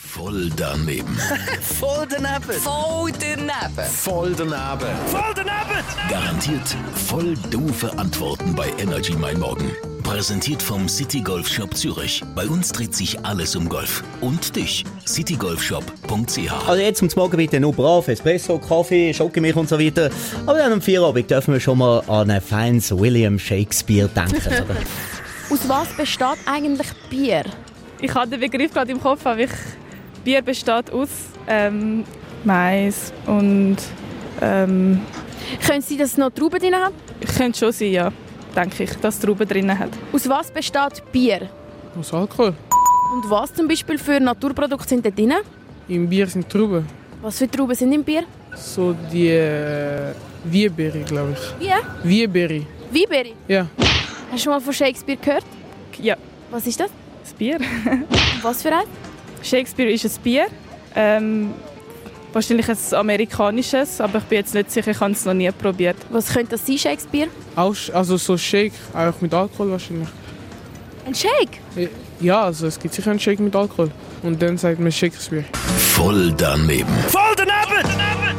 Voll daneben. Voll daneben. Voll daneben. Voll daneben. Voll daneben! Garantiert voll doofe Antworten bei Energy Mein Morgen. Präsentiert vom City Golf Shop Zürich. Bei uns dreht sich alles um Golf. Und dich, citygolfshop.ch. Also jetzt zum Morgen bitte nur brav, Espresso, Kaffee, Schokimilch und so weiter. Aber dann am Feierabend dürfen wir schon mal an einen Fans William Shakespeare denken. Oder? Aus was besteht eigentlich Bier? Ich habe den Begriff gerade im Kopf, aber ich, Bier besteht aus ähm, Mais und ähm, Können Sie das noch Trauben drin haben? könnte schon sein, ja, denke ich, dass Trauben drin hat. Aus was besteht Bier? Aus Alkohol. Und was zum Beispiel für Naturprodukte sind da drin? Im Bier sind Trauben. Was für Trauben sind im Bier? So die äh, Wieberry, glaube ich. Bier? Wieberry, Weinberry. ja. Hast du schon mal von Shakespeare gehört? Ja, Was ist das? das Bier. Was für ein? Shakespeare ist ein Bier. Ähm, wahrscheinlich ein amerikanisches, aber ich bin jetzt nicht sicher, ich habe es noch nie probiert. Was könnte das sein, Shakespeare? Auch, also so Shake, auch mit Alkohol wahrscheinlich. Ein Shake? Ja, also es gibt sicher einen Shake mit Alkohol. Und dann sagt man Shakespeare. Voll daneben. Voll daneben!